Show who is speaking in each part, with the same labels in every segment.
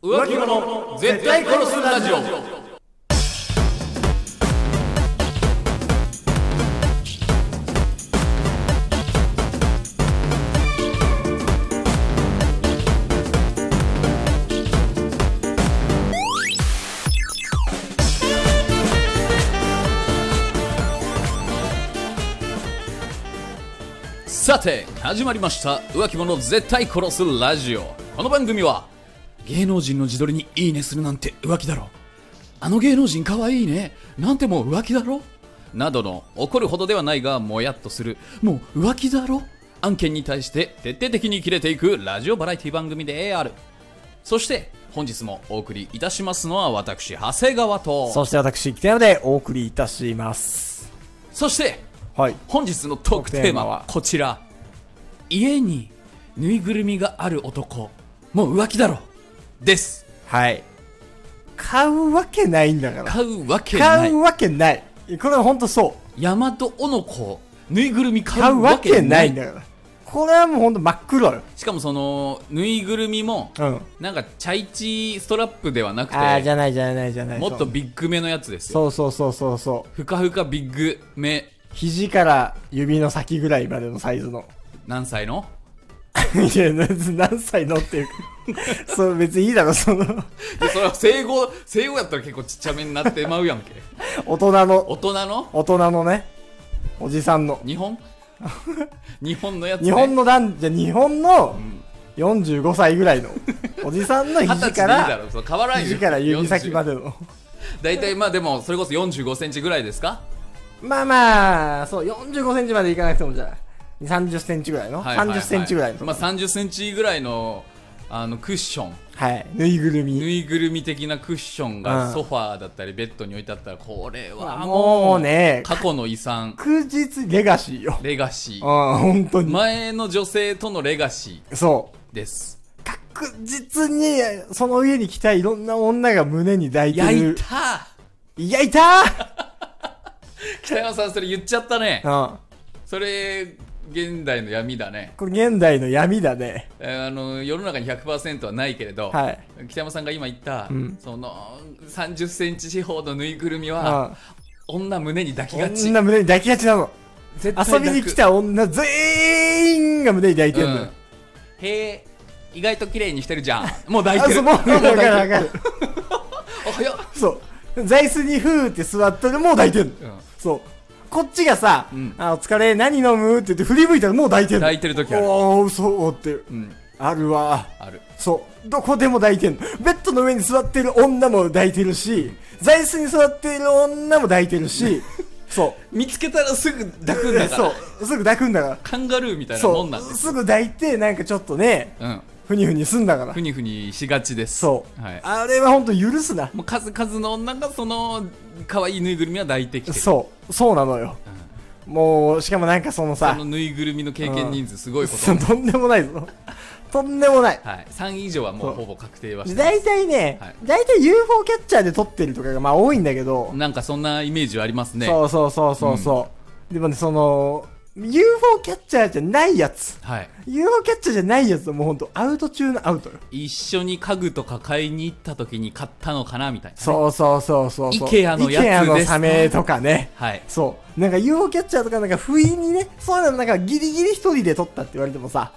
Speaker 1: 浮気者絶対殺すラジオさて始まりました浮気者絶対殺すラジオこの番組は芸能人の自撮りにいいねするなんて浮気だろあの芸能人かわいいねなんてもう浮気だろなどの怒るほどではないがもやっとするもう浮気だろ案件に対して徹底的に切れていくラジオバラエティ番組であるそして本日もお送りいたしますのは私長谷川と
Speaker 2: そして私、北山でお送りいたします。
Speaker 1: そして
Speaker 2: はい。
Speaker 1: 本日のトークテーマはこちら家にぬいぐるみがある男もう浮気だろです
Speaker 2: はい。買うわけないんだから。
Speaker 1: 買うわけな
Speaker 2: 買
Speaker 1: いう
Speaker 2: わけない。これは本当そ
Speaker 1: 大和おの子ぬいぐるみ
Speaker 2: う。買
Speaker 1: 買
Speaker 2: う
Speaker 1: う
Speaker 2: わ
Speaker 1: わ
Speaker 2: け
Speaker 1: け
Speaker 2: な
Speaker 1: ない
Speaker 2: んだから。これはもう本当真っ黒よ。
Speaker 1: しかもそのぬいぐるみも、
Speaker 2: うん。
Speaker 1: なんかチャイチーストラップではなく
Speaker 2: ああ、じ
Speaker 1: て
Speaker 2: ゃないじゃないじゃない。
Speaker 1: もっと
Speaker 2: そう
Speaker 1: ビッグめのやつですよ
Speaker 2: そうそうそうそうそう。
Speaker 1: ふかふかビッグめ
Speaker 2: 肘から指の先ぐらいまでのサイズの。
Speaker 1: 何歳の
Speaker 2: いや、な何歳のっていう か。そう、別にいいだろ、その、
Speaker 1: でそれは生後生後やったら結構ちっちゃめになってまうやん け
Speaker 2: 大人の、
Speaker 1: 大人の
Speaker 2: 大人のね、おじさんの。
Speaker 1: 日 本日本のやつ、ね、
Speaker 2: 日本の男じゃ日本の45歳ぐ らいのおじさんの
Speaker 1: 二十
Speaker 2: 肘
Speaker 1: 歳でい
Speaker 2: か
Speaker 1: いだ
Speaker 2: ら
Speaker 1: ろそう変わらんよ
Speaker 2: 肘から指先ま
Speaker 1: で
Speaker 2: での
Speaker 1: 大体まあでもそれこそ4 5センチぐらいですか
Speaker 2: まあまあそう4 5センチまでいかなくてもじゃあ3 0センチぐらいの、
Speaker 1: はいはいはい
Speaker 2: 3 0センチぐらいの、
Speaker 1: まあ、3 0ンチぐらいのあのクッション
Speaker 2: はいぬいぐる
Speaker 1: ぬ
Speaker 2: み
Speaker 1: いぐるみ的なクッション
Speaker 2: う
Speaker 1: が
Speaker 2: ん
Speaker 1: ソファーだったりベッドに置いてあったらこれは
Speaker 2: もう
Speaker 1: もう
Speaker 2: ね
Speaker 1: 過去の遺産
Speaker 2: 確実にレガシーよ
Speaker 1: レガシ
Speaker 2: うん
Speaker 1: ー
Speaker 2: 本当に
Speaker 1: 前の女性とのレガシ
Speaker 2: そう
Speaker 1: ーです
Speaker 2: 確実にその上に来たいろんな女が胸に抱いてる
Speaker 1: 焼いた
Speaker 2: 焼いた
Speaker 1: 北山さんそれ言っちゃったね
Speaker 2: ーうん
Speaker 1: それ現代の闇だね、
Speaker 2: これ現代の闇だね
Speaker 1: えーあの世の中に100%はないけれど、
Speaker 2: はい
Speaker 1: 北山さんが今言った、
Speaker 2: うん
Speaker 1: その3 0センチ四方のぬいぐるみは、女胸に抱き
Speaker 2: うん
Speaker 1: がち
Speaker 2: 女胸に抱きがちなの
Speaker 1: 絶対
Speaker 2: 遊
Speaker 1: 抱く
Speaker 2: びに来た女全員が胸に抱いてるのよ、
Speaker 1: うん、へえ意外と綺麗にしてるじゃんもう抱い
Speaker 2: あ
Speaker 1: てる
Speaker 2: そうも うもう分かる
Speaker 1: 抱い
Speaker 2: 分
Speaker 1: て
Speaker 2: か
Speaker 1: る
Speaker 2: る
Speaker 1: おはよ
Speaker 2: そう座椅子にふーって座ったらもう抱いてるの、
Speaker 1: う、うん、
Speaker 2: そうこっちがさ「
Speaker 1: うん
Speaker 2: あお疲れ何飲む?」って言って振り向いたらもう抱いてるの
Speaker 1: 抱いてる時ある
Speaker 2: おおそうって
Speaker 1: うん
Speaker 2: あるわ
Speaker 1: ある
Speaker 2: そうどこでも抱いてんのベッドの上に座ってる女も抱いてるし座椅子に座ってる女も抱いてるし そう
Speaker 1: 見つけたらすぐ抱くんだから
Speaker 2: そうすぐ抱くんだから
Speaker 1: カンガルーみたいなも
Speaker 2: そ
Speaker 1: んなんで
Speaker 2: う
Speaker 1: す
Speaker 2: すぐ抱いてなんかちょっとね
Speaker 1: うん
Speaker 2: ふにふにすんだから
Speaker 1: ふにふにしがちです
Speaker 2: そう、
Speaker 1: はい
Speaker 2: あれは本当許すな
Speaker 1: もう数々の女がその可愛いぬいぐるみは抱いてきてる
Speaker 2: そうそうなのよ、もうしかもなんかその
Speaker 1: そ
Speaker 2: さ
Speaker 1: のぬいぐるみの経験人数すごいこと
Speaker 2: そのとんでもないぞとんでもない
Speaker 1: はい、3以上はもうほぼ確定はしてます
Speaker 2: 大体ね、
Speaker 1: はい
Speaker 2: 大体 UFO キャッチャーで撮ってるとかがまあ多いんだけど、
Speaker 1: なんかそんなイメージはありますね
Speaker 2: そうそうそうそうそうでもねその UFO キャッチャーじゃないやつ
Speaker 1: はい
Speaker 2: UFO キャッチャーじゃないやつはもうほんとアウト中のアウトよ、
Speaker 1: 一緒に家具とか買いに行った時に買ったのかなみたいな、ね、
Speaker 2: そうそうそうそうそう
Speaker 1: IKEA のやつ
Speaker 2: IKEA の
Speaker 1: です
Speaker 2: サメとかね
Speaker 1: はい
Speaker 2: そうなんか UFO キャッチャーとかなんか不意にねそういうのなんかギリギリ一人で撮ったって言われてもさ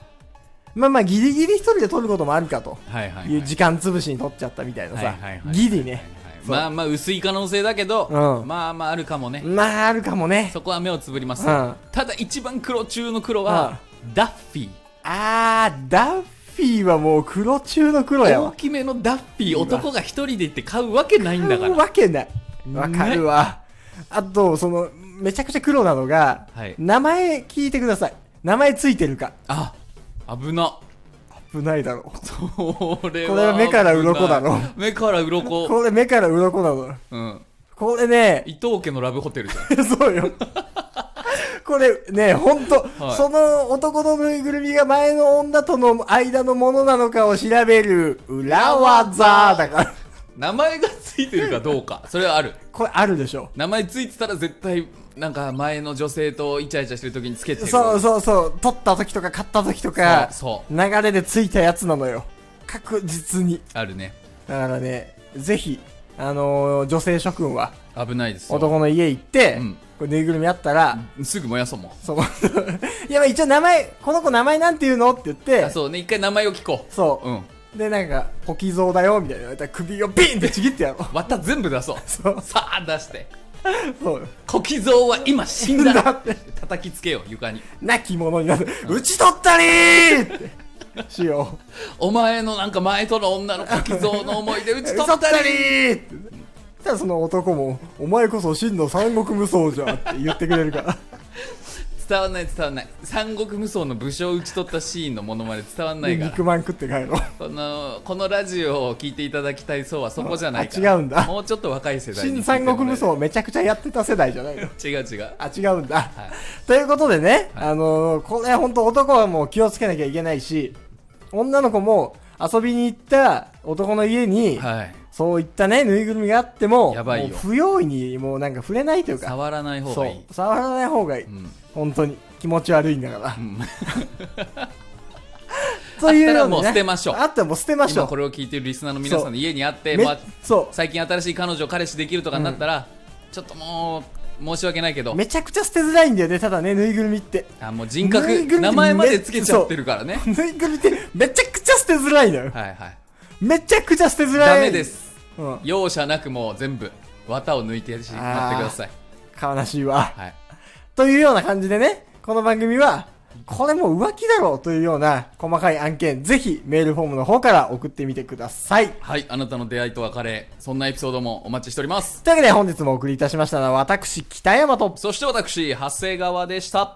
Speaker 2: まあまあギリギリ一人で撮ることもあるかと
Speaker 1: はいはいはい
Speaker 2: いう時間潰しに撮っちゃったみたいな
Speaker 1: はい
Speaker 2: さ
Speaker 1: はいはい
Speaker 2: ギリね
Speaker 1: はいまあまあ薄い可能性だけど、
Speaker 2: うん
Speaker 1: まあまああるかもね、
Speaker 2: まああるかもね
Speaker 1: そこは目をつぶります、
Speaker 2: うん
Speaker 1: ただ一番黒中の黒は、ダッフィー
Speaker 2: あーダッフィーはもう黒中の黒や
Speaker 1: 大
Speaker 2: わ
Speaker 1: きめのダッフィー男が一人で行って買うわけないんだか
Speaker 2: 買う
Speaker 1: ら
Speaker 2: わけないわかるわあとそのめちゃくちゃ黒なのが
Speaker 1: はい
Speaker 2: 名前聞いてください名前ついてるか
Speaker 1: あ危な
Speaker 2: 危ないだろう
Speaker 1: これは
Speaker 2: これは目から鱗だろ
Speaker 1: 目から鱗
Speaker 2: これ目から鱗なの
Speaker 1: うん
Speaker 2: これね
Speaker 1: 伊藤家のラブホテルじゃん
Speaker 2: そうよ。これね、ほんと、
Speaker 1: はい
Speaker 2: その男のぬいぐるみが前の女との間のものなのかを調べる裏技だから。
Speaker 1: 名前がついてるかどうかそれはある
Speaker 2: これあるでしょ。
Speaker 1: 名前ついてたら絶対なんか前の女性とイチャイチャしてる時につけてる
Speaker 2: そうそうそう、取った時とか買った時とか、
Speaker 1: そうそ
Speaker 2: 流れでついたやつなのよ。確実に。
Speaker 1: あるね
Speaker 2: だからね、ぜひ、あのー女性諸君は
Speaker 1: 危ないですよ
Speaker 2: 男の家行って、
Speaker 1: うん
Speaker 2: これぬいぐるみあったら、
Speaker 1: すぐ燃やそうもん
Speaker 2: その いやまあ一応名前この子名前なんて言うのって言って
Speaker 1: あそうね一回名前を聞こ
Speaker 2: そう
Speaker 1: ううん
Speaker 2: うでなんかポキゾーだよみたいな言われたら首をビンってちぎってやろう
Speaker 1: また全部出そう
Speaker 2: そう
Speaker 1: さあ出して
Speaker 2: そうよ
Speaker 1: 小木蔵は今死んだ
Speaker 2: 死んだって
Speaker 1: 叩きつけよう床に
Speaker 2: 亡き者になる打ち取ったりーってしよ
Speaker 1: お前のなんか前との女の小木蔵の思い出打
Speaker 2: う
Speaker 1: ち取 ったり
Speaker 2: ーってそしたらその男も「お前こそ真の三国無双じゃ」って言ってくれるから
Speaker 1: 伝わんない伝わんない三国無双の武将を打ち取ったシーンのものまで伝わ んな
Speaker 2: で
Speaker 1: いから
Speaker 2: 肉まん食って帰ろう
Speaker 1: このこのラジオを聞いていただきたい層はそこじゃないから
Speaker 2: あ違うんだ
Speaker 1: もうちょっと若い世代に聞い
Speaker 2: 新
Speaker 1: てもらえる
Speaker 2: 三国無双をめちゃくちゃやってた世代じゃないの
Speaker 1: 違う違う
Speaker 2: あ、違うんだ。ということでね、あのーこれ本当男はもう気をつけなきゃいけないし、女の子も遊びに行った男の家に、
Speaker 1: はい
Speaker 2: そういったね、ぬいぐるみがあっても、
Speaker 1: やばいよ
Speaker 2: もう不用意にもうなんか触れないというか、
Speaker 1: 触らない方がいい
Speaker 2: そう、触らない方がいい。
Speaker 1: ん
Speaker 2: 本当に。気持ち悪いんだから。
Speaker 1: ん
Speaker 2: とい
Speaker 1: あっ
Speaker 2: うのでね
Speaker 1: たらもう捨てましょう
Speaker 2: あったらもう捨てましょ
Speaker 1: 今
Speaker 2: う
Speaker 1: こ。れを聞いてるリスナーの皆さんの家にあって、
Speaker 2: め
Speaker 1: まあ、
Speaker 2: そ
Speaker 1: 最近新しい彼女彼氏できるとかになったら、ちょっともう申し訳ないけど
Speaker 2: う。めちゃくちゃ捨てづらいんだよね、ただね、ぬいぐるみって。
Speaker 1: あもう人
Speaker 2: ぬいぐる
Speaker 1: 格
Speaker 2: み
Speaker 1: 名前までつけちゃってるからね
Speaker 2: ぬいぐるみってめちゃくちゃ捨てづらいのよ。
Speaker 1: はいはい
Speaker 2: めちゃくちゃ捨てづらい。
Speaker 1: ダメで。す
Speaker 2: うん。
Speaker 1: 容赦なくもう全部綿を抜いてやってください
Speaker 2: 悲しいわ。
Speaker 1: はい
Speaker 2: というような感じでね、この番組は、これもう浮気だろうというような細かい案件、ぜひメールフォームの方から送ってみてください。
Speaker 1: はいあなたの出会いと別れそんなエピソードもお待ちしております
Speaker 2: というわけで本日もお送りいたしましたのは、私、北山と、
Speaker 1: そして私長谷川でした